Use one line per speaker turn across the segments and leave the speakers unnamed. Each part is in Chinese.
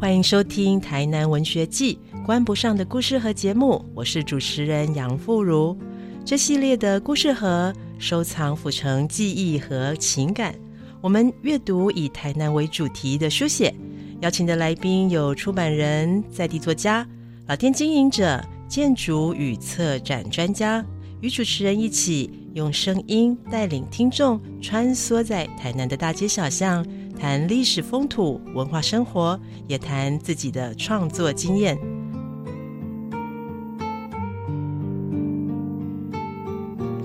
欢迎收听《台南文学季》关不上的故事盒节目，我是主持人杨富如。这系列的故事盒收藏府城记忆和情感，我们阅读以台南为主题的书写，邀请的来宾有出版人、在地作家、老店经营者、建筑与策展专家，与主持人一起用声音带领听众穿梭在台南的大街小巷。谈历史风土、文化生活，也谈自己的创作经验。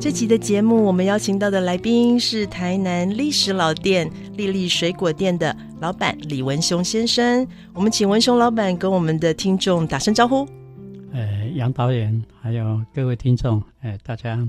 这集的节目，我们邀请到的来宾是台南历史老店丽丽水果店的老板李文雄先生。我们请文雄老板跟我们的听众打声招呼。
呃，杨导演，还有各位听众，呃，大家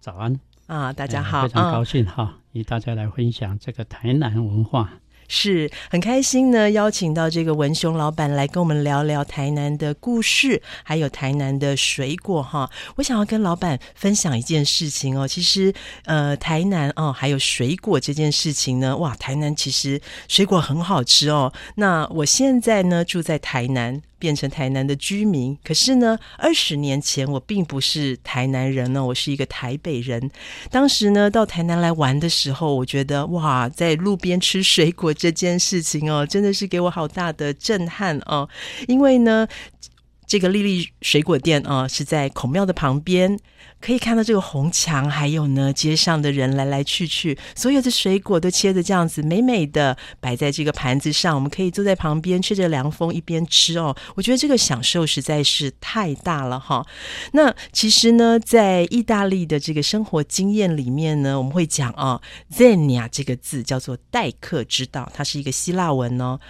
早安。
啊，大家
呃
好，
非常
嗯
高兴哈、与大家来分享这个台南文化。
是很开心呢，邀请到这个文雄老板来跟我们聊聊台南的故事，还有台南的水果哈。我想要跟老板分享一件事情哦，其实呃，台南哦，还有水果这件事情呢，哇，台南其实水果很好吃哦。那我现在呢住在台南。变成台南的居民，可是呢，二十年前我并不是台南人哦呢，我是一个台北人。当时呢，到台南来玩的时候，我觉得哇，在路边吃水果这件事情哦，真的是给我好大的震撼哦，因为呢。这个丽丽水果店啊、是在孔庙的旁边，可以看到这个红墙，还有呢街上的人来来去去，所有的水果都切的这样子美美的摆在这个盘子上，我们可以坐在旁边吹着凉风一边吃哦。我觉得这个享受实在是太大了哈。那其实呢，在意大利的这个生活经验里面呢，我们会讲哦 z e n i a 这个字叫做待客之道，它是一个希腊文哦。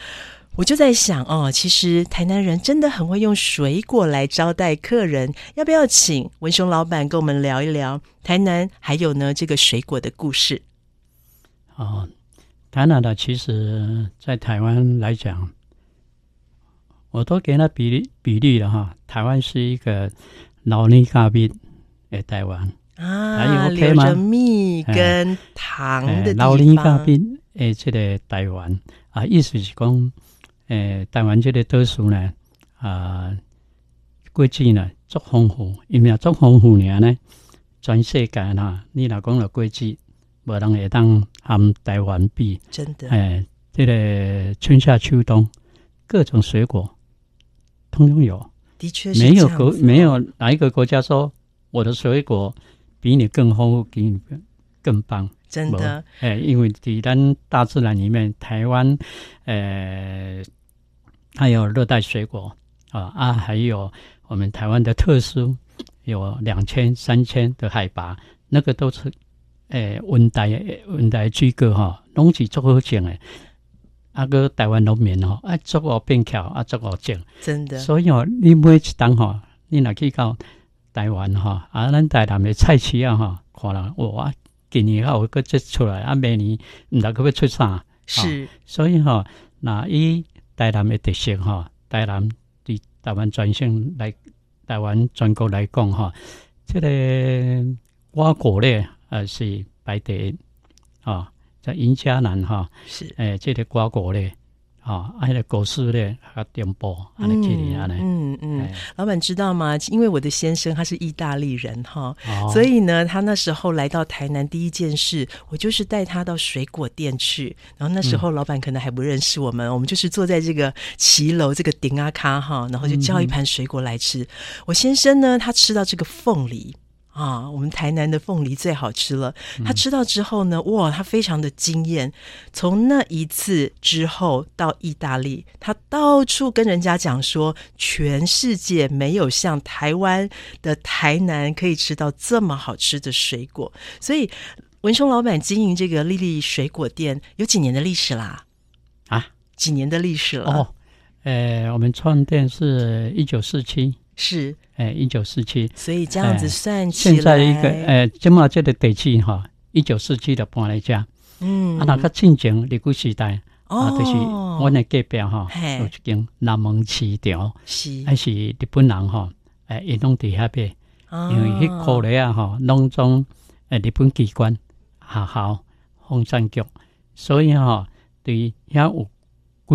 我就在想哦，其实台南人真的很会用水果来招待客人，要不要请文雄老板跟我们聊一聊台南还有呢这个水果的故事？
哦，当然了，其实，在台湾来讲，我都给它比例比例了哈。台湾是一个老年咖啡的台湾，还有
啊，
OK
留
吗哎
着蜜跟糖的地
老年咖
方，
啡的这个台湾啊，意思是讲，诶、台湾这个岛属呢，啊，过去呢足丰富，因为足丰富尔呢，全世界呐，你若讲了过去，无人会当含台湾比。
真的，
哎，这个春夏秋冬各种水果通通有，
的确是
没有
这样
国
子哦
没有哪一个国家说我的水果比你更丰富，比你更更棒。
真的，
哎，因为在咱大自然里面，台湾，呃，它有热带水果啊啊，还有我们台湾的特殊，有两千、三千的海拔，那个都是，诶、温带的温带的水果哈，拢是足好种的。啊，个台湾农民吼，啊，足好变巧，啊，足好种。
真的，
所以哦，你每一档吼，你若去到台湾吼，啊，咱台南的菜市啊吼，看人哇，啊今年啊有个这出来，啊，明年毋知佫要出啥，
是
所以吼、那以台南的特色吼、台南对台湾全省来，台湾全国来讲吼、这个我国咧呃是排第一啊，在云嘉南吼、
是，
诶、这个瓜果咧，啊，啊，迄个果树咧，啊，点播，安尼去年安尼，
嗯嗯，
诶
老板知道吗？因为我的先生他是意大利人哈，
哦
所以呢，他那时候来到台南第一件事，我就是带他到水果店去。然后那
嗯
时候老板可能还不认识我们，我们就是坐在这个骑楼这个顶阿咖哈，然后就
嗯
叫一盘水果来吃。我先生呢，他吃到这个凤梨。啊，我们台南的凤梨最好吃了。
嗯
他吃到之后呢，哇，他非常的惊艳。从那一次之后到意大利，他到处跟人家讲说，全世界没有像台湾的台南可以吃到这么好吃的水果。所以文雄老板经营这个丽丽水果店有几年的历史啦？
啊，
几年的历史了？，
哦，诶，我们创店是一九四七，
是，
诶，一九四七，
所以这样子
哎
算起来，
现在一个哎诶，即嘛这个地区哈，一九四七的搬来遮，啊，
嗯，哦
那个进前日据时代啊，就是阮的隔壁哈，
嘿
有一间南门市场，
是
还是日本人哈，诶，伊拢伫遐边。
啊
因为迄个咧啊吼，拢总诶日本机关、学校、风山局，所以吼、对遐有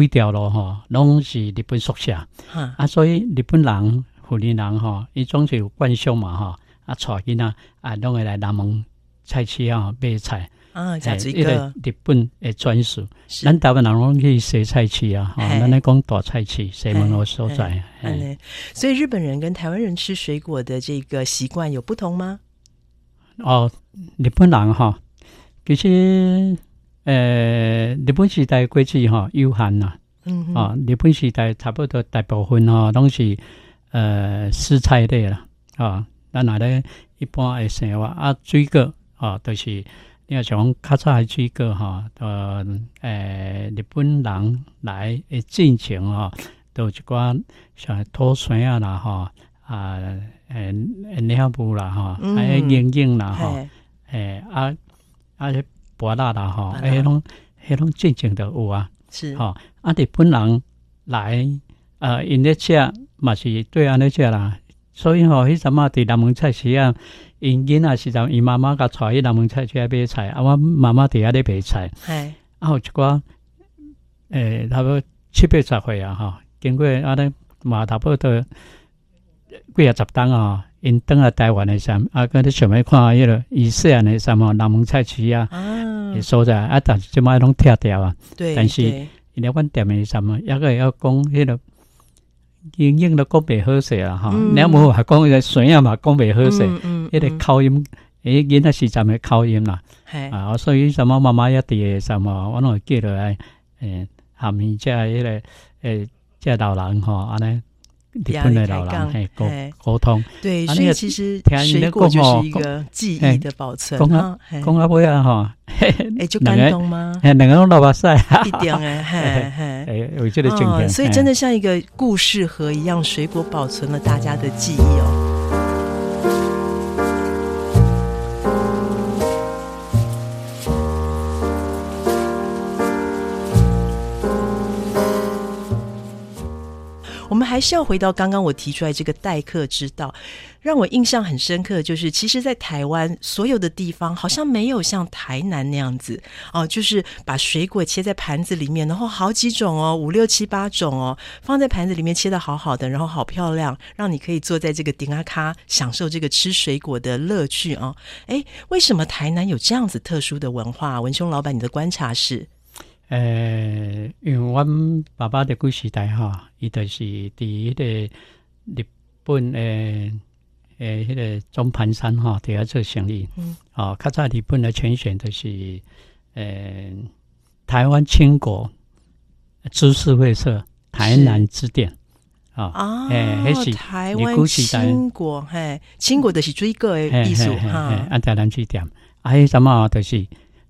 几条路吼，拢是日本宿舍
哈，
啊，所以日本人、福建人吼，伊总是有惯性嘛吼，啊，带囡仔啊，拢会来南门菜市啊买菜，
啊，
嘿
假这
迄
个
个日本的专属。
是
咱台湾人拢去西菜市啊，吼，
嘿
咱咧讲大菜市，西门路所在。
安
嘿
呢，嗯所以日本人跟台湾人吃水果的这个习惯有不同吗？
哦，日本人吼，其实呃，日本时代过去吼有限啦，
嗯哼，
啊，日本时代差不多大部分吼拢是呃蔬菜类啦，啊，咱若咧一般诶生活啊，水果啊，就是你若像较早诶水果吼，呃，诶，日本人来诶进前吼，都有一寡像土笋啊啦吼，啊，诶，诶，鸟布啦吼，
嗯
啊，眼镜啦吼。
嘿
诶、啊啊，迄博拉啦吼，
芭
啊
乐
迄拢迄拢正正都有啊，
是
吼、啊日本人来，啊因咧食嘛是对安尼食啦，所以吼、迄阵啊伫南门菜市啊，因囡仔时阵，因妈妈甲带去南门菜市啊买菜，啊我妈妈伫遐咧卖菜，
嗨，
啊有一寡诶、差不多七八十岁啊吼，经过安尼嘛差不多几啊十冬啊，因倒来台湾的时阵，啊，搁咧想要看迄落伊细汉的时阵吼，南门菜市啊。
啊
的，所在啊，但是即摆拢拆掉啊。
对，
但是
对
因为阮店的什么，抑个会晓讲迄个英英都讲袂好势啊啦吼，
嗯
你也无话讲迄个水啊嘛讲袂好势，迄、
嗯哎
个口音，迄囡仔是站的口音啦。
嗨，
啊，所以什么妈妈一伫的什么，我拢会记落来，诶、下面即迄个诶，即老人吼，安尼日本的老人嘿沟
嘿
沟通，
哎对，
啊
所
那
以
个
其实
听你
水
咧
果就
讲哦
是一
讲
个记忆
嘿
的保存
讲啊
啊，嘿
讲到尾啊吼，
哎，就
两
感
个
动 吗？
嘿，两个拢流目 屎，
一点哎，嘿嘿。
诶、有即个哎情
哦
形，
所以
嘿
真的像一个故事盒一样，水果保存了大家的记忆哦。我们还是要回到刚刚我提出来这个待客之道，让我印象很深刻，就是其实，在台湾所有的地方好像没有像台南那样子哦，就是把水果切在盘子里面，然后好几种哦，五六七八种哦，放在盘子里面切的好好的，然后好漂亮，让你可以坐在这个顶阿咖享受这个吃水果的乐趣哦。哎，为什么台南有这样子特殊的文化？文兄老板，你的观察是？
诶、呃因为阮爸爸伫古时代吼，伊就是伫迄个日本诶诶迄个中盘山吼，伫遐做生意。
嗯。
哦，较早日本诶全选就是诶、台湾清国株式会社台南支店。啊
啊，
诶迄是
台
你
湾
古时代
清国，嘿，清国的是水果的
嘿
艺术
嘿嘿嘿
哈，
啊，台南支店，啊，迄阵啊，就是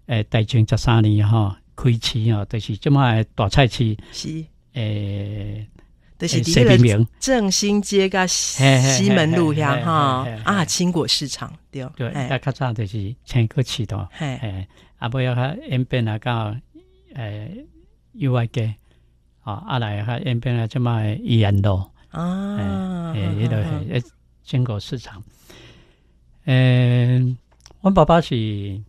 诶，大正十三年吼开市吼，就是即卖大菜市
是，
诶，
就是
诶
伫
西
迄
平
个
明。
正兴街甲
嘿嘿嘿
西门路遐
嘿
哈
嘿嘿嘿
啊，清果市场对，哦
对，
嘿
较较早就是青稞市道，
嘿，
诶，啊，尾要较演变啊到哎诶友爱街，吼，啊来较演变啊即摆宜安路，哎
啊，
诶，
嗯
迄个
嗯嗯
诶坚果市场。诶，阮爸爸是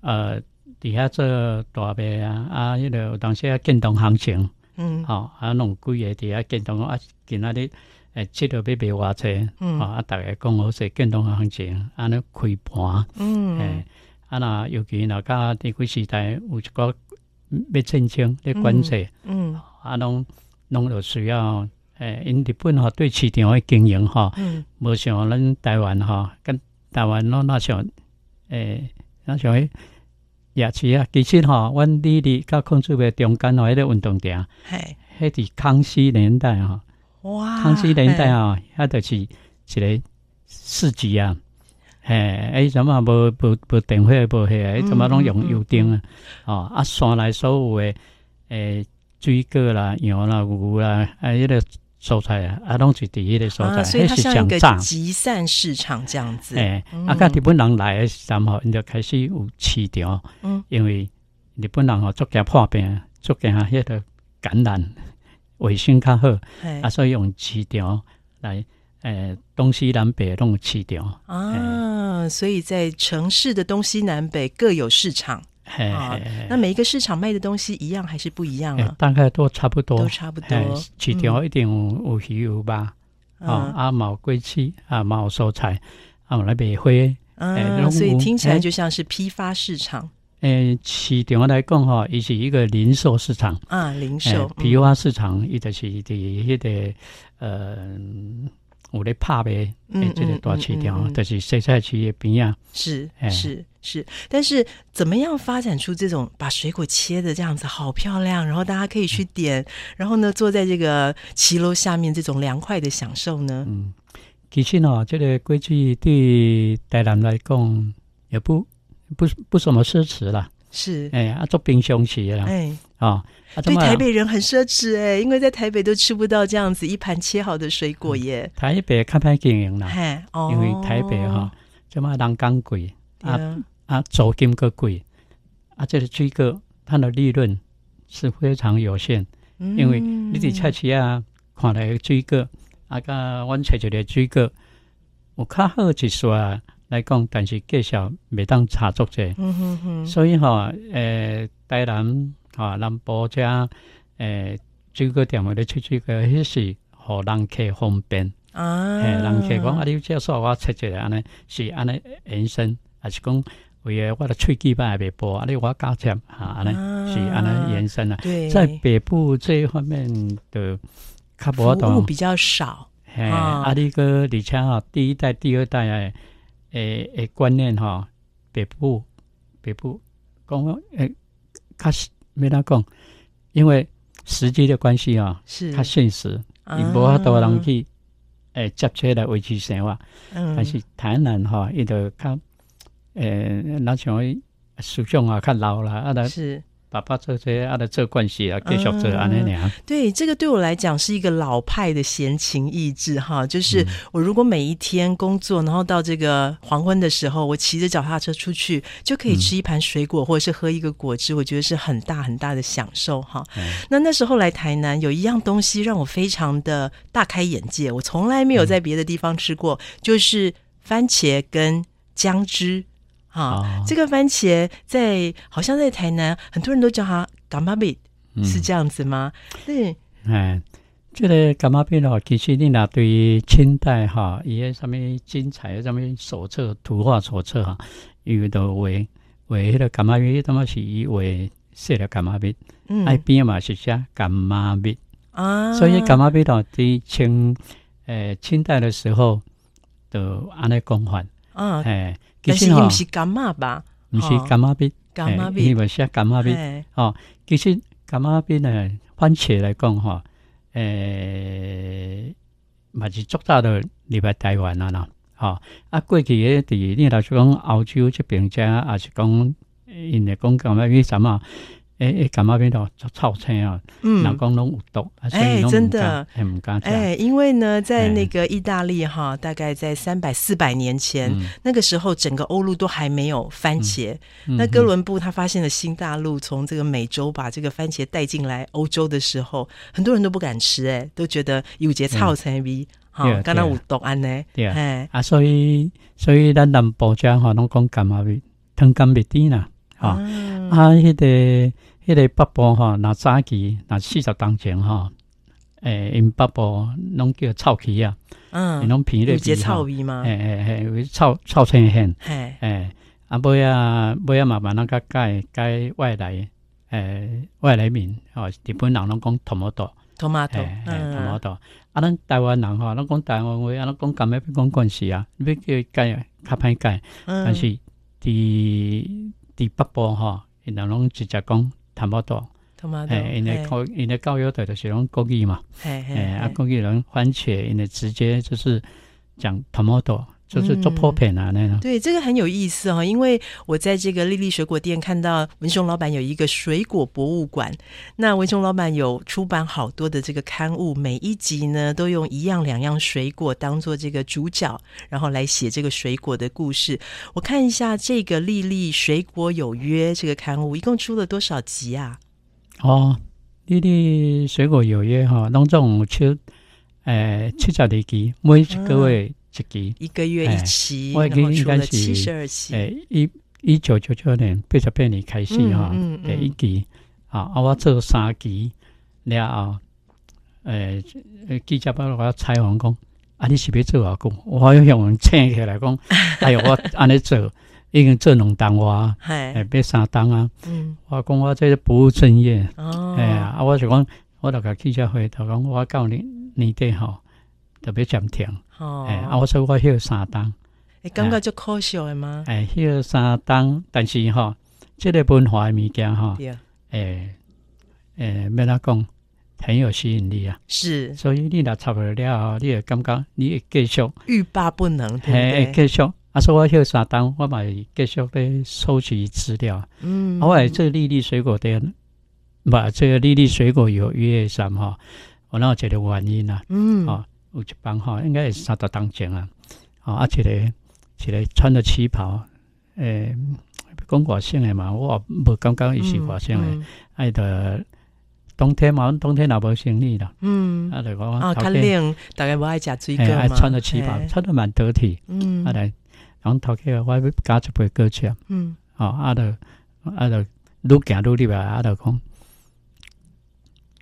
呃伫遐做大卖啊，啊，迄个有当时啊建东行情，
嗯
吼，啊，弄几个伫遐建东啊，今仔日诶，七号要卖偌济，
嗯
吼，啊，逐个讲好势建东行情，安尼开盘。
嗯
诶，啊若尤其若甲地区时代有一个要战争咧管制，
嗯
啊拢拢就需要诶，因日本吼对市场诶经营吼，
嗯，
无像咱台湾吼，跟台湾拢若像诶，若像迄夜市啊，其实吼，阮李丽甲控制诶中间吼，迄个运动场，
嘿，
迄伫康熙年代吼，
哇，
康熙年代啊
嘿，
吼，遐就是一个市集啊。嘿，哎，什么无无无电火无迄，哎，怎么拢
嗯
用油灯啊？哦，啊，山内所有诶，诶，水果啦、羊啦、牛啦，啊，迄个蔬菜啊，啊，拢是伫迄个所在，
啊，所以它
迄是
像一
上
个
早。
集散市场这样子，
诶，啊，
嗯
甲日本人来诶时阵吼，因就开始有市场，
嗯
因为日本人哦吼足惊破病，足惊迄个感染，卫生较好。
嘿
啊，所以用市场来，诶，东西南北拢有市场，哎
啊，所以在城市的东西南北各有市场，
嘿
啊
嘿嘿
那每一个市场卖的东西一样还是不一样
哎
啊？
大概都差不多
都，差不
哎
多，，
市场一定有有鱼有肉，哦，
嗯
啊，嘛有果市，啊，嘛有蔬菜，啊，嘛来卖花。哎
嗯，
拢
所以
有
听起来
哎
就像是批发市场
诶，市场来讲吼，伊是一个零售市场，
啊，零
诶
售，
批
嗯
发市场伊就是伫迄、个呃有咧拍卖诶，哎即个大市场，
嗯嗯嗯嗯嗯
就是西菜市诶边啊，
是
哎
是是，但是怎么样发展出这种把水果切的这样子好漂亮，然后大家可以
嗯
去点，然后呢坐在这个骑楼下面这种凉快的享受呢？
嗯，其实吼，即、个果子对台南来讲也不不不什么奢侈啦，
是，
诶、啊，做平常时诶啦，
哎，
哦，啊，
对
现在
台北人很奢侈哎，因为在台北都吃不到这样子一盘切好的水果耶。
台北较歹经营啦，
嘿，哦，
嗯啊因为台北吼，即马人工贵。
对啊，
啊，租金个贵，啊，这个水果它的利润是非常有限。
因
为你伫菜市啊，看来水果，啊，甲阮找一个水果，有较好一撮来讲，但是价钱袂当差足济。
嗯哼哼，
所以吼、诶、台南吼、啊南部遮诶、水果店咧出水果，迄是互人客方便。
啊，
诶，人客讲啊，你介绍我切一个安尼，是安尼延伸，还是讲为诶我的喙齿摆也袂薄，啊你我加切哈安尼，
尼
是安尼延伸啊。
啊对，
在北部这一方面的较
服
无
务
同，
比较少，
嘿，
啊
啊你个而且吼第一代、第二代诶诶诶观念吼，北部北部讲诶，较实没哪讲，因为时机的关系啊，
是
较现实，
嗯啊
伊无法度人去诶接车来维持生活。
嗯
但是台南吼，伊就较诶，咱像伊思想啊较老啦，啊来
是
爸爸做这啊来做关系啊，继续做
嗯
安尼尔。
对，这个对我来讲是一个老派的闲情逸致哈，就是我如果每一天工作，然后到这个黄昏的时候，我骑着脚踏车出去，就可以吃一盘水果，或者是喝一个果汁，我觉得是很大很大的享受哈。那那时候来台南，有一样东西让我非常的大开眼界，我从来没有在别的地方吃过，就是番茄跟姜汁哈。
哦
这个番茄在好像在台南，很多人都叫它干巴贝，
嗯
是这样子吗？对，
哎，这个干嘛变咯？其实你若对清代哈，伊个什物精彩的什物手册、图画手册哈，伊有都画画迄个干嘛变，他妈是伊画写了干嘛变，
嗯
爱边嘛是写干嘛变。
啊，
哎所以干嘛变到伫清诶清代的时候，就安尼讲法。
啊，
哎，其
但是
实
伊
吼哎
毋，是干嘛吧？
毋是干嘛变，
干嘛
伊
比
嘛写干嘛变。
哎
其实柑仔边呢，番茄来讲吼，诶、嘛是足大的入来台湾啊啦，吼、啊过去诶，伫你若是讲澳洲即边遮，也是讲呃因咧讲柑仔边什么，啊诶诶，柑仔边都足臭青啊，人
嗯。
讲拢有毒，啊所以
哎
拢
真
毋
的
敢，嘿毋敢食。
哎，因为呢，在
哎
那个意大利哈，大概在三百四百年前，
嗯
那个时候整个欧陆都还没有番茄。
嗯
那哥
嗯
伦布他发现了新大陆，从这个美洲把这个番茄带进来欧洲的时候，很多人都不敢吃，哎，都觉得有节操才逼
嗯
哈，
对啊
刚刚有毒安呢，
对啊
哎，
啊，所以所以咱南部遮吼，拢讲柑仔边，汤柑蜜甜啦，吼、
嗯
啊，迄、个迄、个北部吼，若早期若四十当前吼，诶、因北部拢叫臭棋啊，因
嗯，
拢鼻
有
咧
节
鼻
操
吼，哎
逼吗？
诶诶诶，有臭臭青hen，
哎，
诶，啊尾啊尾啊，慢慢咱甲改改外来诶、外来面吼、日本人拢讲 tomato，
啊 tomato，
诶诶
嗯
tomato，啊咱台湾人吼，咱讲台湾话，啊咱讲干咩要讲惯势啊，要叫伊改较歹改。
嗯
但是伫伫北部吼，因人拢直接讲淡薄多，
tomato，
诶，因
哎
诶教因诶教育队就是讲国语嘛，
嘿嘿
诶，啊
嘿
国语人番茄，因诶直接就是讲淡薄多，就是做
嗯
普遍啊那种，
对，这个很有意思哦，因为我在这个丽丽水果店看到文雄老板有一个水果博物馆，那文雄老板有出版好多的这个刊物，每一集呢都用一样两样水果当做这个主角，然后来写这个水果的故事。我看一下这个丽丽水果有约这个刊物，一共出了多少集啊？
哦，你哋水果有约吼，拢总有七诶七十二期，每一个月一期，
一个月一
哎
期，
我
然后
应
出
该
了
是
七十二期，
诶一一九九九年八十八年开始
嗯
吼、
嗯嗯
第一期啊，啊，我做三期了后，诶、呃记者把我采访讲，啊，你是要做偌久？我要向人请起 来讲，哎哟，我安尼做已经做两档啊，诶、
嗨，
要三档啊，
嗯，
我讲我这是不务正业。
哦，
哎呀，啊，我就讲，我就甲记者会，就讲我到年年底吼，特别暂停。
哦，
哎、啊，我说我休三档，
你感觉就可惜的吗？
哎、休三档，但是吼、即、个文化的物件吼，
对，啊
哎、哎，要哪讲，很有吸引力啊。
是
所以你若差不多了后，你会感觉你会继续，
欲罢不能，
哎、
对不对？
继续。啊，所以我休三档，我嘛会继续咧收集资料。
嗯
啊我也做粒粒水果店，把这个粒粒水果有约上吼，我那有一个原因啊。
嗯，
哦有一帮吼，应该是三十当前啊，吼啊一个一个穿着旗袍，诶、讲外省诶嘛，我也无感觉伊是外省诶，
嗯
啊伊着冬天嘛，冬天也无生理啦，
嗯，嗯
啊着讲
哦，
头
较
家
冷，大概不爱食水
诶
果
爱
嘛，
穿着旗袍
嘿，
穿得蛮得体，
嗯
啊来，然后头家我要加一杯果汁，
嗯
吼啊着啊着愈行愈入来，啊着讲。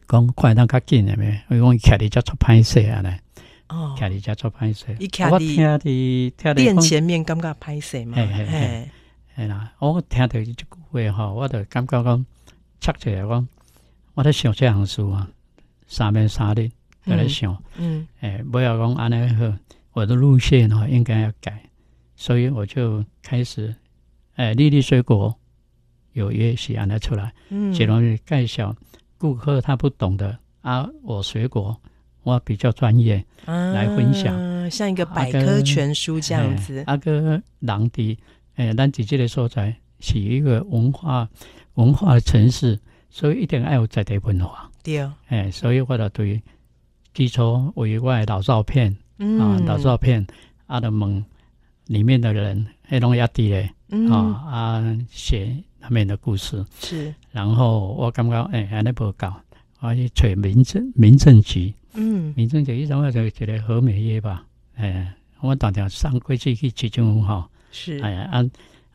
讲快当较紧诶咩？伊讲伊徛伫遮出歹势啊咧，
哦，
徛伫遮出歹势。
伊徛
我
伫
听伫听
店
伫讲，
前面感觉拍摄嘛，
嘿嘿嘿
嘿
哎啦，我听到即句话吼，我就感觉讲，切一下讲，我咧想即项事啊，三面三日在咧想，
嗯
诶、尾后哎讲安尼好，我的路线吼应该要改，所以我就开始，诶、粒粒水果有约是安尼出来，
嗯，
只能介绍顾客他不懂的啊，我水果我比较专业，来分享
啊，像一个
啊
百
跟
科全书这样子
嘿，啊，个人伫诶，咱伫即个所在是一个文化文化的城市，所以一定要有在地文化。
对，
诶、所以我就对基础为我的老照片、啊，
嗯，
老照片啊，就问里面的人，迄拢也伫咧啊
嗯，
啊，写他们的故事。
是，
然后我感觉诶，安尼无够，我去找民政民政局，
嗯
民政局迄种我就一个何美业吧，诶、我当条上过去去市政府吼。
是，
哎啊，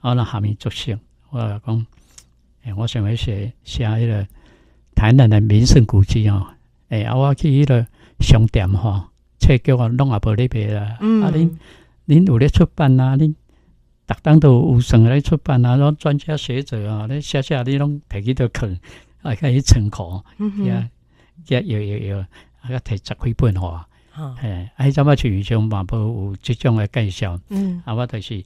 我那下面作性，我就讲，诶、我想要写写迄个台南的名胜古迹哦，诶、啊，我去迄个商店吼，册叫我拢也无咧卖啦，啊，恁
嗯，
恁有咧出版啊，恁逐当都有算咧出版啊，拢专家学者啊，咧写写你拢摕去到坑，啊，甲伊仓库，
嗯
呀
哼，
呀，摇摇摇，啊，甲摕十几本吼，
好，
嘿，啊，迄阵仔去上嘛无有即种诶介绍。
嗯
啊，我就是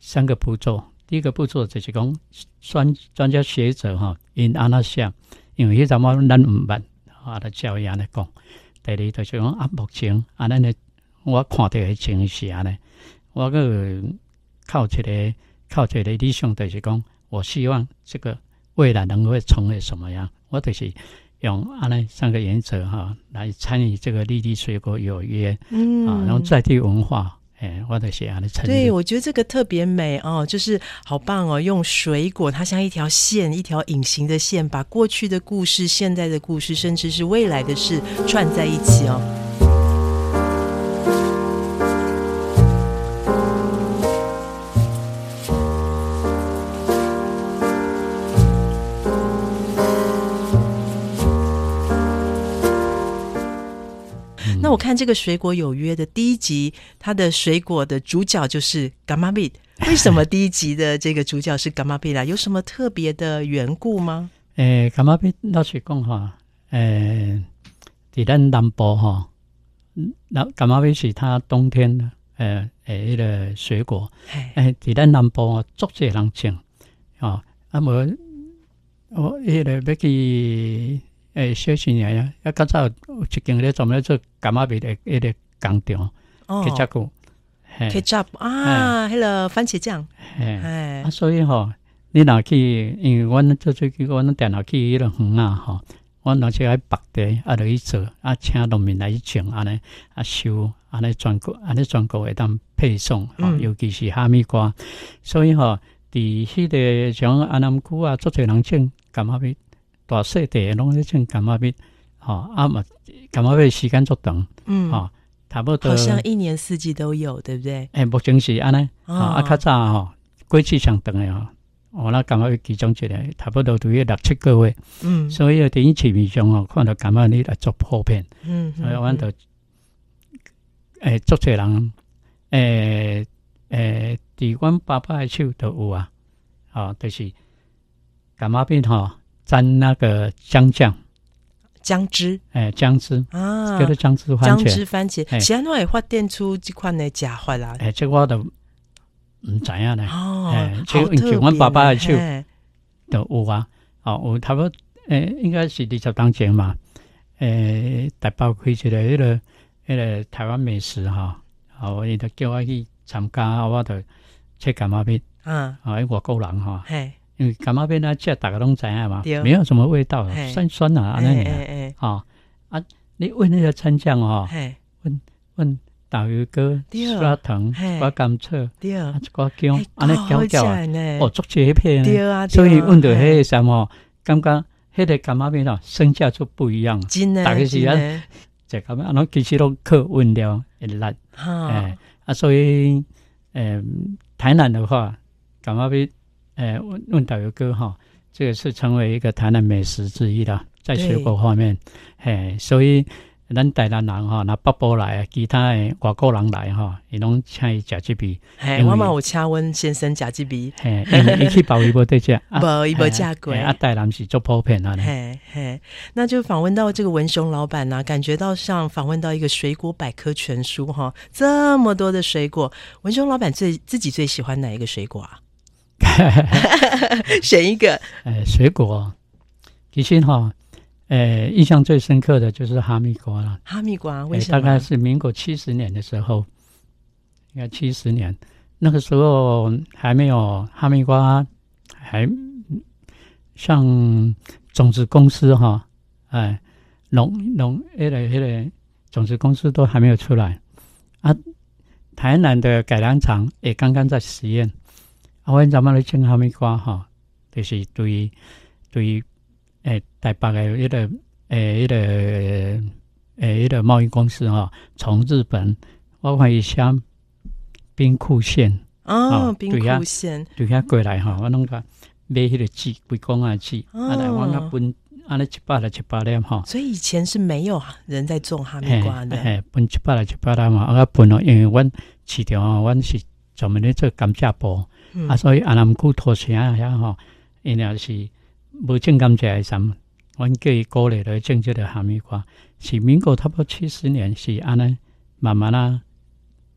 三个步骤。第一个步骤就是讲专专家学者吼，因安那写，因为迄阵仔咱毋捌，啊，就照伊安尼讲。第二就是讲啊，目前啊，咱诶我看到诶情形是安尼，我个靠一个靠一个理想，就是讲我希望这个未来能够成为什么样，我就是。用安尼三个原则哈、来参与这个粒粒水果有约
嗯
啊，然后在地文化，诶、我就是安尼参与。
对，我觉得这个特别美哦，就是好棒哦！用水果，它像一条线，一条隐形的线，把过去的故事、现在的故事，甚至是未来的事串在一起哦。那我看这个《水果有约》的第一集，它的水果的主角就是伽马币。为什么第一集的这个主角是伽马币 啦？有什么特别的缘故吗？
诶，感觉比老实讲吼，诶，伫咱南部吼，那感觉比是它冬天诶诶迄个水果，
哎，
诶，伫咱南部吼，足侪人种，吼，啊无，我迄个要去诶小新爷呀，啊较早有一间咧专门咧做感觉比的迄个工厂，
哦
去照顾，嘿，
，ketchup 啊，hello 番茄酱，
嘿。
哎
哎啊，，所以吼、你若去，因为阮做水果，阮定若去迄落园啊吼，阮若去爱白地，啊落去做，啊请农民来种安尼，啊收安尼全国安尼全国会当配送，吼、
嗯
尤其是哈密瓜，所以吼、伫迄个像安南区啊，足侪人种柑仔蜜，大细地的拢咧种柑仔蜜，吼、啊嘛柑仔蜜时间足长，
嗯，
吼、差不多
好，像一年四季都有，对不对？啊哦
啊诶、目前是安尼。啊，啊，较早吼，过去上长诶吼，我那感觉其中一个差不多大约六七个月，
嗯
所以伫市面上吼，看到感觉你来做普遍，
嗯，
所以阮就诶，足侪人诶诶，伫阮爸爸诶手都有啊，哦，就是感冒病吼，沾那个姜酱，
姜汁
诶，姜汁，
啊
叫，做姜汁番
姜
茄哎
汁，番茄，
嘿
其他都会发展出这款的假法啦。
诶，即哎我都毋知影咧，
哦
哎，
好
就
特别
就我爸爸的
呢
手
嘿
都有啊，哦，有差不多诶，应该是二十当前嘛，诶，台北开一个迄个迄个台湾美食吼，哦，伊就叫我去参加，啊我就切感冒病，
嗯，
啊，迄外国人吼。
嘿，
因为干妈变啊，这大家拢知影嘛
对，
没有什么味道
嘿，
酸酸啊，安尼尔
哎
啊啊！你问那个参酱
哎，
哦，
嘿，
问导游哥
对
砂糖、
嘿
瓜甘蔗、啊
对，哎
一瓜姜，安尼搅搅
搞
啊，
起来呢
哦，足这一片啊，
欸对啊，
所以问到
对啊
迄
嘿
个什么，感觉迄个干妈变哦，身价就不一样，
真的，
大概是
真的
就咁啊，咱其实拢靠温料会力，
哈
诶，啊，所以诶，台南的话，干妈变诶，问问导游哥哈。这个是成为一个台南美食之一啦，在
对
水果方面，嘿，所以咱台南人吼，那北部来的，其他的外国人来吼，伊拢请伊食这边，
嘿，
因为
我嘛有请阮先生食一味，
嘿，因为伊去 保伊无得食， 啊
无伊无食过
嘿啊，台南是足普遍啊，嘿
嘿嘿，那就访问到这个文雄老板呐、啊感觉到像访问到一个水果百科全书哈，这么多的水果，文雄老板最自己最喜欢哪一个水果 啊？选一个，
呃，水果其实吼，呃，印象最深刻的就是哈密瓜啦，
哈密瓜，啊为
诶
什
哎大
么？
概是民国七十年的时候，应该七十年，那个时候哦还没有哈密瓜，还像种子公司哈，哎，农农那个那个种子公司都还没有出来啊。台南的改良场也刚刚在实验，啊，我咱们来种哈密瓜哈，就是对于对于诶台北的那个诶那个。诶，迄个贸易公司哈、从日本，我看伊写兵库县
哦
哦，
冰
对呀
库县，
对遐过来吼、我拢甲买迄个纸，规公啊纸，
哦
啊来我那分安尼一百来一百粒吼，
所以以前是没有人在种哈密
嘿
瓜的，
嘿，分一百来一百粒嘛，啊分哦，因为阮市场吼，阮是专门咧做甘蔗部，
嗯
啊，所以安南区土城啊遐吼，因也是无种甘蔗诶什，阮叫伊鼓励来种即个哈密瓜，是民国差不多七十年是安尼慢慢啊，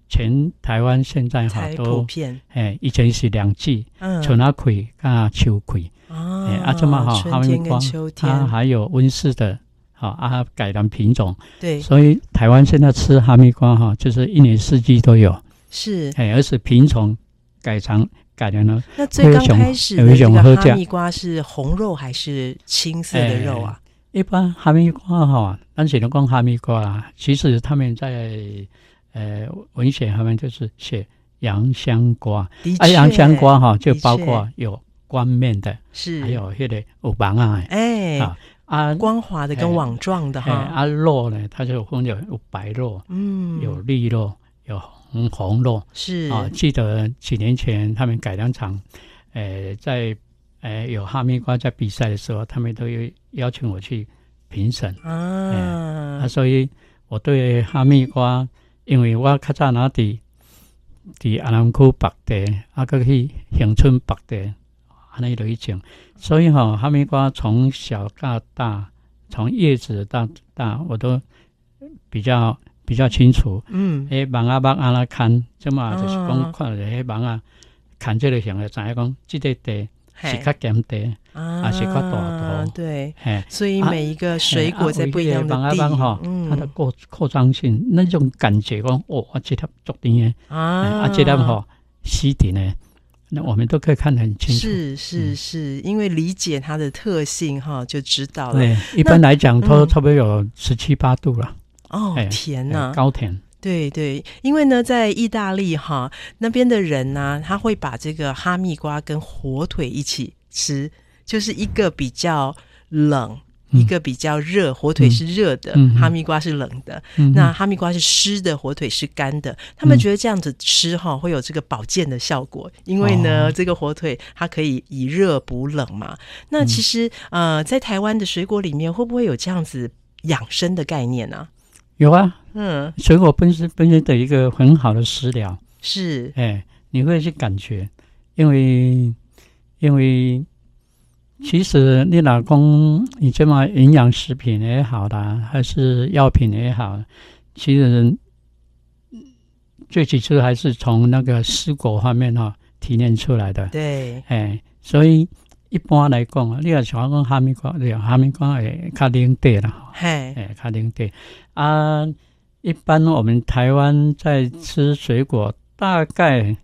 全台湾现在好
才普
多
遍，
诶，以前是两季，
嗯，
春啊开甲秋开，哎
啊
啊这么好哈
春
密
天跟
瓜啊
秋
它
天，
还有温室的。好啊，改良品种，
对，
所以台湾现在吃哈密瓜哈，就是一年四季都有，
是。
哎，而且品种改成改良了
那最刚开始的
有一
这
种
个
喝
哈
酱
密瓜是红肉还是青色的肉啊？
一般哈密瓜哈，咱只能讲哈密瓜啦。其实他们在呃文学上面就是写洋香瓜，
的
啊，
确
洋香瓜哈
确
就包括有光面的，
是
还有迄个有芒啊的
哎、
啊啊
光滑的跟网状的
嘿
哈，
啊肉呢，它就分有有白肉、
嗯，
有绿肉、有红红肉
是
啊。记得几年前他们改良场，呃，在呃有哈密瓜在比赛的时候，他们都有邀请我去评审。
啊
啊，，所以我对哈密瓜，因为我较早那伫伫阿南区北地，啊，搁去恒春北地，安尼落去种，所以吼、哈密瓜从小到大，从叶子到大，我都比较比较清楚。
嗯，
迄芒啊芒安那砍，即嘛就是
哦
讲看着迄芒啊砍即个形就知影讲，即个地
嘿
是较咸地，
啊
是较大头
对，
嘿。
所以
啊
每一个水果在不一样的
啊有
地，
一个芒啊芒哈它的
嗯
扩扩张性，那种感觉讲，哦，啊，这条足甜的，哎
啊
啊，这条吼西点呢，那我们都可以看得很清楚。嗯
是是是，因为理解它的特性哈，就知道了。
对，一般来讲，
嗯
都差不多有十七八度了，
哦
哎，
甜
哎
呐、
高甜。
对对，因为呢，在意大利哈那边的人呢、他会把这个哈密瓜跟火腿一起吃，就是一个比较冷，一个比较热，火腿是热的，
嗯嗯嗯
哈密瓜是冷的。
嗯
那哈密瓜是湿的，火腿是干的。他们觉得这样子吃哈会有这个保健的效果，因为呢，
哦
这个火腿它可以以热补冷嘛。那其实呃，在台湾的水果里面，会不会有这样子养生的概念呢、
有啊，
嗯，
水果本身本身的一个很好的食疗，
是
哎，你会去感觉，因为因为其实你老公你这么营养食品也好啦，还是药品也好，其实最起初还是从那个蔬果方面哈、提炼出来的，
对，
哎，所以一般来讲啊，你若想讲哈密瓜，对，啊哈密瓜会较冷地啦。吼
嘿，
哎，卡丁对啊，一般我们台湾在吃水果，大概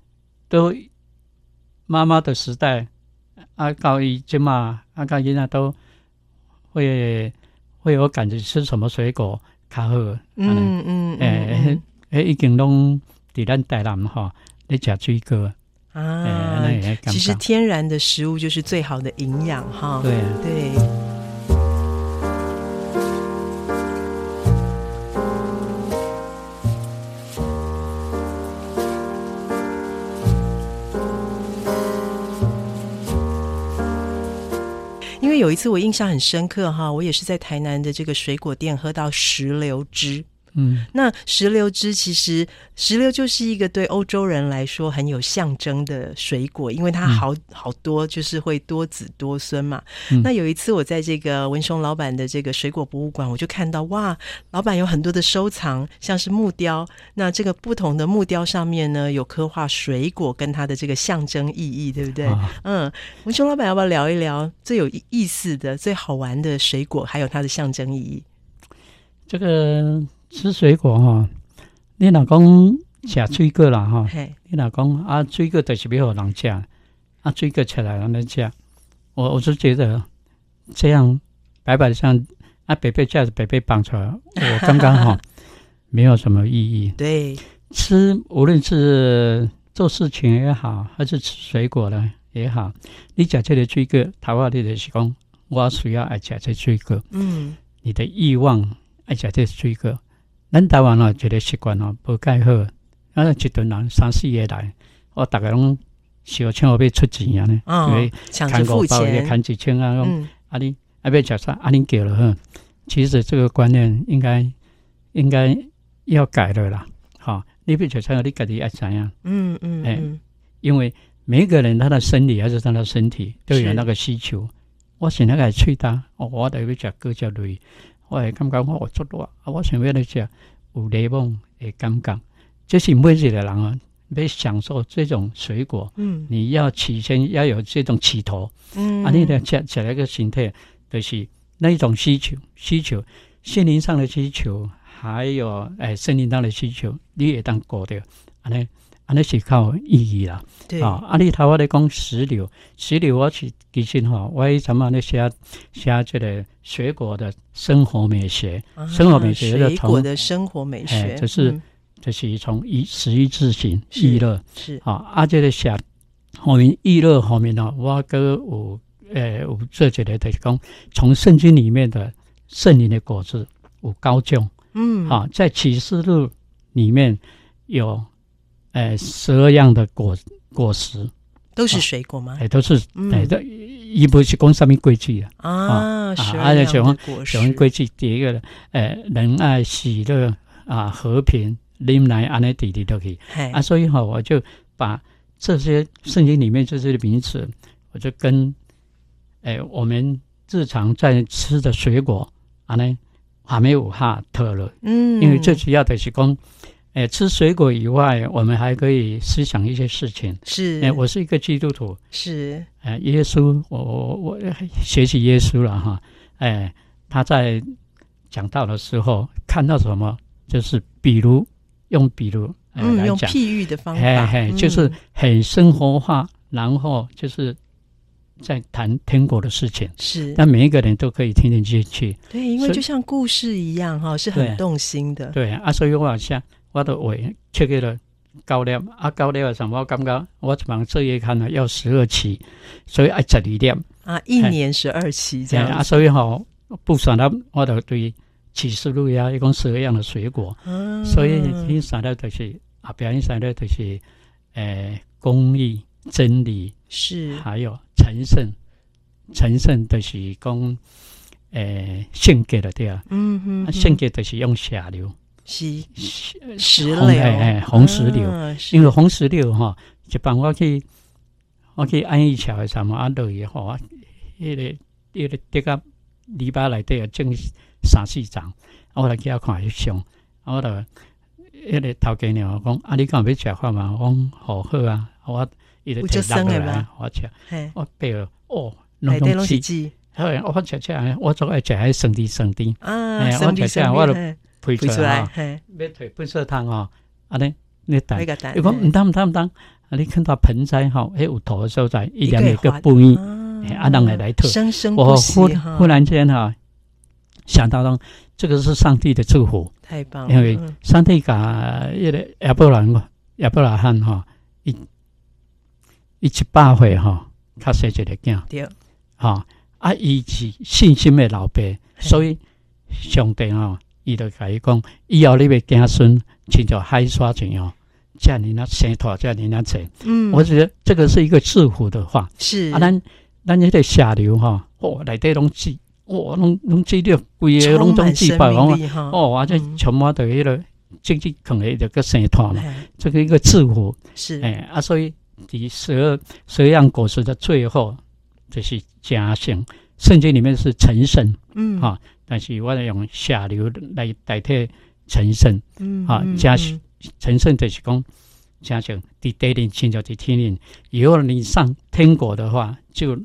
都妈妈的时代，啊，到一即嘛，啊，到现在都会会有感觉吃什么水果较好，
嗯嗯嗯
哎
嗯
哎，已经拢伫咱台南吼，咧食水果，
嗯
哎、
啊
那，也感
其实
觉
天然的食物就是最好的营养哈。
对啊。
对，因为有一次我印象很深刻哈，我也是在台南的这个水果店喝到石榴汁。
嗯，
那石榴汁其实，石榴就是一个对欧洲人来说很有象征的水果，因为它好、好多就是会多子多孙嘛。
嗯
那有一次我在这个文雄老板的这个水果博物馆，我就看到哇，老板有很多的收藏，像是木雕。那这个不同的木雕上面呢，有刻画水果跟它的这个象征意义，对不对？
啊
嗯，文雄老板要不要聊一聊最有意意思的、最好玩的水果，还有它的象征意义？
这个吃水果吼、你老公食水果啦吼、
嘿，
你若讲啊，水果就是要互人食，啊，水果吃来让人食，我我就觉得这样白白上啊，白白架子白白绑出来，我刚刚好没有什么意义。
对，
吃无论是做事情也好，还是吃水果呢也好，你吃这个水果，头话你就是讲，我需要爱吃这水果，
嗯。
你的欲望爱食这水果。咱台湾哦，一个习惯哦，无介好，啊，一顿人三四个来，我逐个拢小抢要出钱啊呢，因
嗯
为，
抢着
看
付
五包也
钱，
看几千啊，讲
嗯，
啊你啊要食啥啊你给了呵。其实这个观念应该应该要改了啦，吼、你要食啥你家己要知影，
嗯嗯
哎
嗯，
因为每一个人他的生理还是他的身体都有
是
那个需求。我想那个喙焦，哦，我就要食果汁类，我会感觉我有足热，啊，我想要来食有柠檬的感觉。这是每一个人啊，要享受这种水果，
嗯
你要起先要有这种起头，
嗯，
啊，你的吃吃那个心态，就是那一种需求，需求心灵上的需求，还有哎生理上的需求，你也当顾着，安尼安尼是较有意义啦。
对，
啊，啊，你头我咧讲石榴，石榴我是其实吼，我迄阵啊咧写写即个水果的生活美学，
啊
生活美学就
水果
从
的生活美
哎
学，
就是
嗯
就是从以食衣住行
是
娱乐
是
啊，啊，即、个写方面娱乐方面吼，我个有诶、有做一个就是讲从圣经里面的圣灵的果子有高种。
嗯，
啊，在启示录里面有，呃，十二样的果果实，
都是水果吗？
哎，都是
嗯
哎，都伊不是讲上面规矩啊，
啊，十
啊
二
而
样
且喜欢
的果
讲的
实，
规矩第一个，呃，仁爱、喜乐啊、和平、忍耐，安尼滴滴都可以
嘿
啊。，所以哈、我就把这些圣经里面这些名词，我就跟，哎，我们日常在吃的水果，安尼还没有哈特了。
嗯，
因为最主要的是讲，诶、吃水果以外，我们还可以思想一些事情。
是
诶、哎我是一个基督徒，
是
诶、哎耶稣，我我我学习耶稣了哈，诶、他在讲道的时候看到什么，就是比如用比如、诶
嗯，
哎来
用
讲，
譬喻的方
嘿
法，
嘿，就是
嗯
很生活化，然后就是在谈天国的事情，
是，
但每一个人都可以听得进去。
对，因为
所以
就像故事一样哈，是
对
很动心的，
对啊，所以我有写我都为切迄了教练啊，教练上我感觉我一忙做月刊啊要十二期，所以爱十二点。
啊，一
嘿
年十二期这
对啊，
样子，
所以吼、不散了，我就对启示录呀，一共十二样的水果，
嗯
啊所以你散了就是啊，表演散了就是，呃，公益、真理，
是
还有成圣，成圣就是讲，呃，性格了对啊，
嗯哼
啊
哼，
性格就是用下流，
是石
石
榴，
哎，红石榴，
啊
因为红石榴吼，一般我去我去安义桥的什么啊落去吼，迄、个迄、个跌到篱笆内底啊，种三四丛，啊我来去遐看翕相，啊我就迄、个头家娘讲，啊你敢有要食看嘛？我讲好好啊，啊我伊就
有这
摕
酸的
落来
吗，
我食，
嘿，
我爬了哦，拢
内底
拢
拢是
吃，
籽
好，我食食，我总爱食迄酸甜酸甜，
啊，
哎
生理生
我就这样
理
我就啊
嘿
配
飞出
出
来，
来，
嘿，
要摕粪扫桶吼，安尼你等
那。个蛋，
如果唔当唔当唔当，啊，你看到盆栽吼，迄有土的所在，伊两个
个
叫不一。
嘿
嘿啊人会来讨
生生
我
嗯不
忽
息
忽
哈，
然间哈、想到讲，这个是上帝的祝福，
太棒了，
因为
嗯
上帝甲迄个亚伯兰亚伯拉罕吼，伊伊一百岁吼，较生一个囝，
对，
吼、啊，伊是信心的老爸，所以上帝吼、伊就甲伊讲，以后你的子孙亲像海沙一样，遮尔啊生大，遮尔啊济。
嗯，
我觉得这个是一个祝福的话。
是
啊，咱咱迄个下流吼，哦，内底拢记，哦，拢拢记了，规个
充
拢总
满
记
生
白
命
讲，
力哈，
哦，啊，这
嗯
全部都迄个经济可能就个生团嘛，
嘿
这个一个祝福，
是
哎，啊，所以第十二十二样果实的最后就是加性，圣经里面是成圣，
嗯
啊但是我用下流来代替成圣，
嗯
啊
嗯
加
嗯
是成圣就是讲，加上第地灵亲就第天灵，以后你上天国的话，就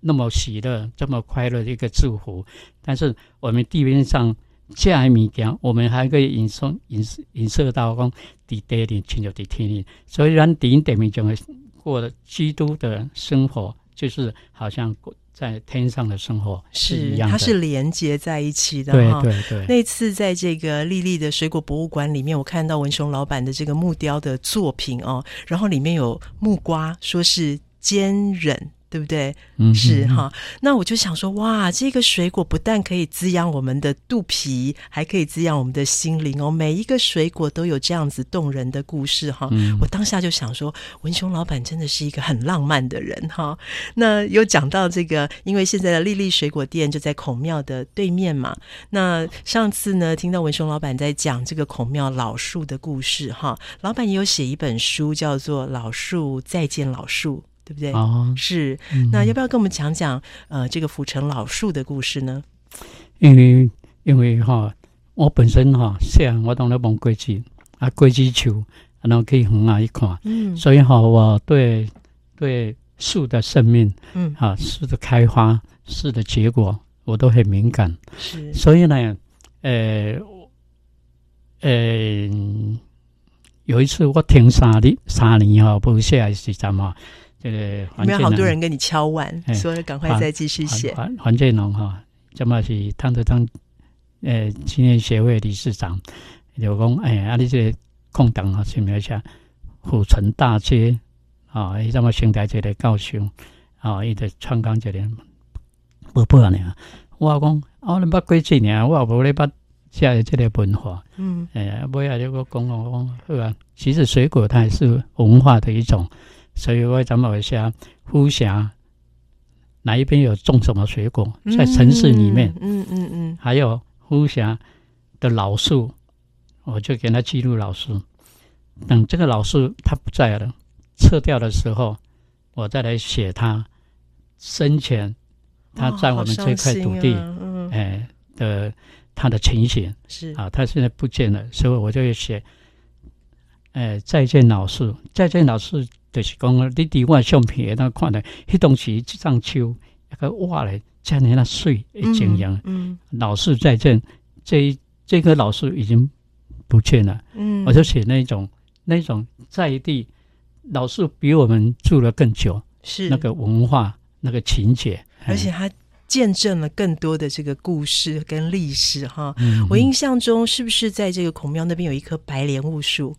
那么喜乐，这么快乐的一个祝福。但是我们地面上这样的物件，我们还可以引送引引射到讲第地灵亲就第天灵，所以咱第一点面就会过了基督的生活，就是好像过在天上的生活一
是，
样
它
的。
是连接在一起的
对
哈。
对对。
那次在这个丽丽的水果博物馆里面，我看到文雄老板的这个木雕的作品哦，然后里面有木瓜，说是坚韧。对不对？
嗯
是
嗯嗯
哈，那我就想说，哇，这个水果不但可以滋养我们的肚皮，还可以滋养我们的心灵哦。每一个水果都有这样子动人的故事哈。
嗯
我当下就想说，文雄老板真的是一个很浪漫的人哈。那有讲到这个，因为现在的丽丽水果店就在孔庙的对面嘛。那上次呢，听到文雄老板在讲这个孔庙老树的故事哈，老板也有写一本书，叫做《老树再见老树》，对不对？
哦，
是，
嗯
那要不要跟我们讲讲呃这个府城老树的故事呢？
因为因为吼、我本身吼、细汉我当咧望果子，啊果子树，然后去远啊去看，
嗯
所以吼、我对对树的生命
嗯，
啊，树的开花，树的结果，我都很敏感。
是
所以呢，呃，呃，有一次我停三年三年吼、无下来时阵吼，这个
有
环
没有
境
好多
啊
人跟你敲碗，
哎
说赶快
好
再继续写？
环环建龙哈，即嘛是汤德汤诶青年协会理事长，就讲诶、哎啊你这个空档啊，想一下府城大街啊，伊即嘛新台一个教授啊，伊就创讲一个无半尔，我讲啊，我捌过几年，我也无咧捌遮个即个文化，
嗯
诶、哎，尾啊就我讲我讲好啊，其实水果它也是文化的一种，所以我咱们有写呼峡哪一边有种什么水果，在城市里面，，
嗯嗯嗯嗯，
还有呼峡的老树，我就给它记录老树。等这个老树它不在了，撤掉的时候，我再来写它生前它
哦
在
好
我们这
伤
块
心
土地，
啊嗯，
哎、的它的情形。
是
啊，他现在不见了，所以我就写，呃，再见老树，再见老树，就是讲你伫我的相片那看咧，迄当时即丛树，一个哇咧，遮尔那水的景象，
嗯
老树再见，这一这棵老树已经不见了，
嗯，
我就写那种那种在地老树比我们住了更久，
是
那，个文化那个情节，哎
而且他见证了更多的这个故事跟历史哈。
嗯
我印象中，是不是在这个孔庙那边有一棵白莲雾树？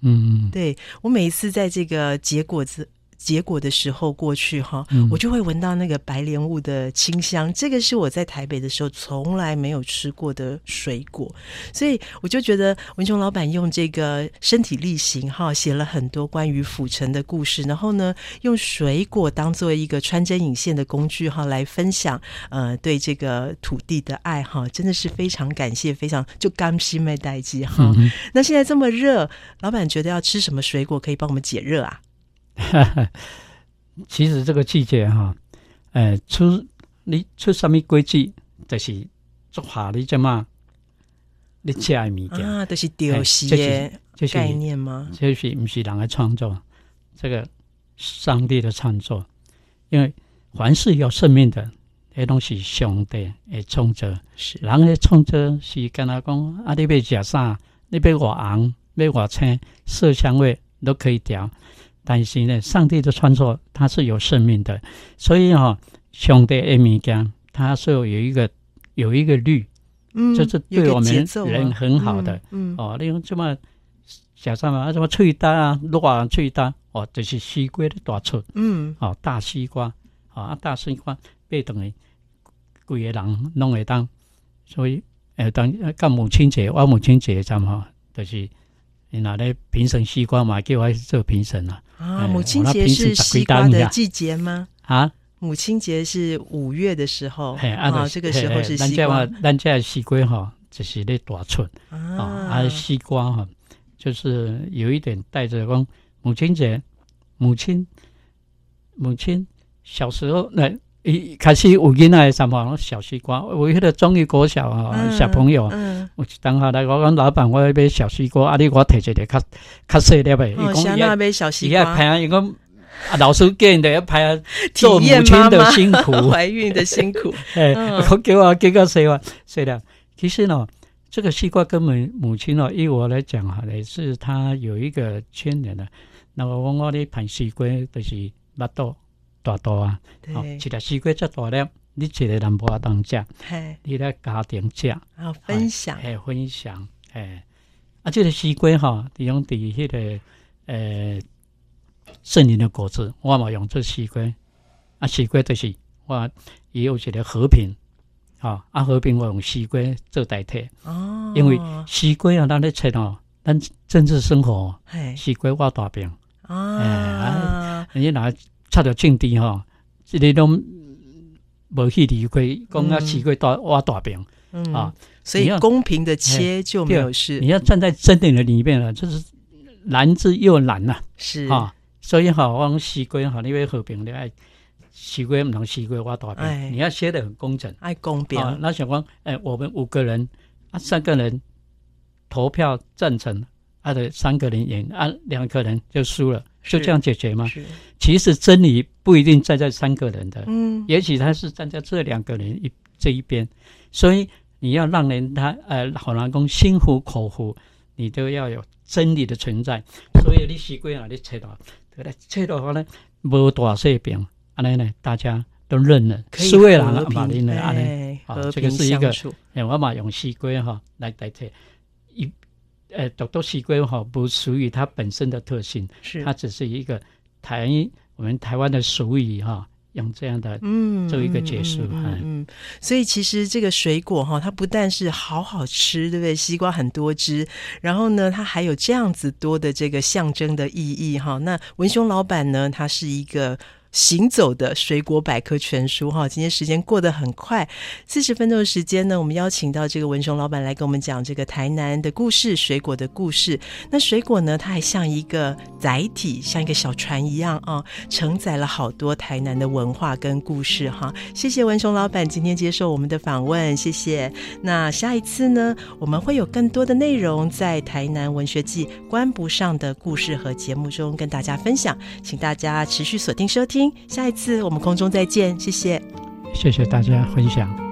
嗯嗯
对我每一次在这个结果子结果的时候过去哈，
嗯
我就会闻到那个白莲雾的清香，这个是我在台北的时候从来没有吃过的水果，所以我就觉得文雄老板用这个身体力行哈，写了很多关于府城的故事，然后呢，用水果当做一个穿针引线的工具哈，来分享呃对这个土地的爱哈，真的是非常感谢，非常就甘心没代际哈。
嗯哼
那现在这么热，老板觉得要吃什么水果可以帮我们解热啊？
其实这个季节哈、呃，出你出什么果子，就是做下你这嘛，你吃的物件，
啊，都、就是丢西
哎
耶
就是
概念吗？
这是不是人的创作？这个上帝的创作，因为凡是有生命的，那东西上帝会创造。
是
人的创造是跟他讲，啊，你要食啥，你要偌红，要偌青，色香味都可以调。但是呢，上帝的创作它是有生命的，所以哈、哦，上帝的物件，它是有一个有一个律，
嗯
这是
有
对
个
我们
节奏啊
人很好的。
嗯，嗯
哦，你讲这么假什么啊，什么脆蛋啊，热啊脆蛋，哦，就是西瓜的大出，
嗯
哦，大西瓜，哦，啊，大西瓜被等于规个人拢会当，所以诶，当到母亲节，我母亲节站吼，就是你若咧评审西瓜嘛，叫我去做评审啦，
啊，
哎
母亲
我那
节
平时
是
十
西
几
瓜
单
的
呀
季节吗？
啊，
母亲节是五月的时候，
嘿，啊，就
啊，这
是
个时候
嘿
是
嘿咱
西
这
瓜
嘛，咱这的西瓜吼，就是咧大出。
啊
啊，啊，西瓜哈、就是有一点带着光母亲节，母亲，母亲小时候那一开始有囡仔的什么小西瓜，我迄个中于国小啊、
嗯
小朋友，
嗯，
有一当下来我讲老板，我要买小西瓜，啊，你给我摕一个较较细粒的，伊
哦，香
讲伊
那
要
杯小
伊
西
要
瓜，
拍啊，伊讲啊，老师叫你要拍啊，做
体
母
验妈
亲的
妈
辛苦，
怀孕的辛 苦，
哎，
嗯
我给我给个谁啊？谁的？其实呢，这个西瓜跟母母亲哦，依我来讲哈，也是它有一个牵连的。那么我我咧盘西瓜就是巴肚大大啊，哦，
对
一，粒西瓜遮大粒，你一个人无法当食，
嘿，
你咧家庭食，
然后分享，
哎，分享，哎，啊，这个西瓜哈，利用伫迄个呃圣灵的果子，我嘛用这西瓜，啊，西瓜就是我也有一个和平，啊，啊和平我用西瓜做代替，
哦，
因为西瓜啊，咱咧切哦，咱政治生活哦
嘿
西瓜我大饼，哎
啊，
你若插着政治吼，即个拢无去理会，讲啊
嗯
西瓜大我大饼。
嗯
啊，
所以
你要哎啊
公平的切就没有事
你，要站在真理的里面了，就是难之又难呐
是
啊所以哈，我讲西瓜哈，因为和平的爱西瓜不能西瓜挖大饼，
哎
你要写的很工整。
爱公平，
啊，那想讲，哎、我们五个人啊，三个人投票赞成，啊的三个人赢，啊两个人就输了，就是这样解决吗？
是，
其实真理不一定站在三个人的，
嗯，
也许他是站在这两个人一这一边，所以你要让人他呃好难讲心服口服，你都要有真理的存在。所以你西瓜啊，你切到，对啦，切到后呢，无大细饼，安尼呢，大家都认了，
可以
四个人
和
啊，嘛
平
认了安尼。
哎
啊
和
这
平
个是一
相
个
处，
诶，我嘛用西瓜哈来代替，一呃，独独西瓜哈不属于它本身的特性，
是
它，只是一个台我们台湾的俗语哈，用这样的
嗯，
做一个解释
嗯嗯
哎
嗯嗯，所以其实这个水果哈，它不但是好好吃，对不对？西瓜很多汁，然后呢，它还有这样子多的这个象征的意义哈。那文雄老板呢，他是一个。行走的水果百科全书哈，今天时间过得很快，四十分钟的时间呢，我们邀请到这个文雄老板来跟我们讲这个台南的故事、水果的故事。那水果呢，它还像一个载体，像一个小船一样啊，承载了好多台南的文化跟故事哈。谢谢文雄老板今天接受我们的访问，谢谢。那下一次呢，我们会有更多的内容在台南文学季关不上的故事和节目中跟大家分享，请大家持续锁定收听。下一次我们空中再见，谢谢。
谢谢大家分享。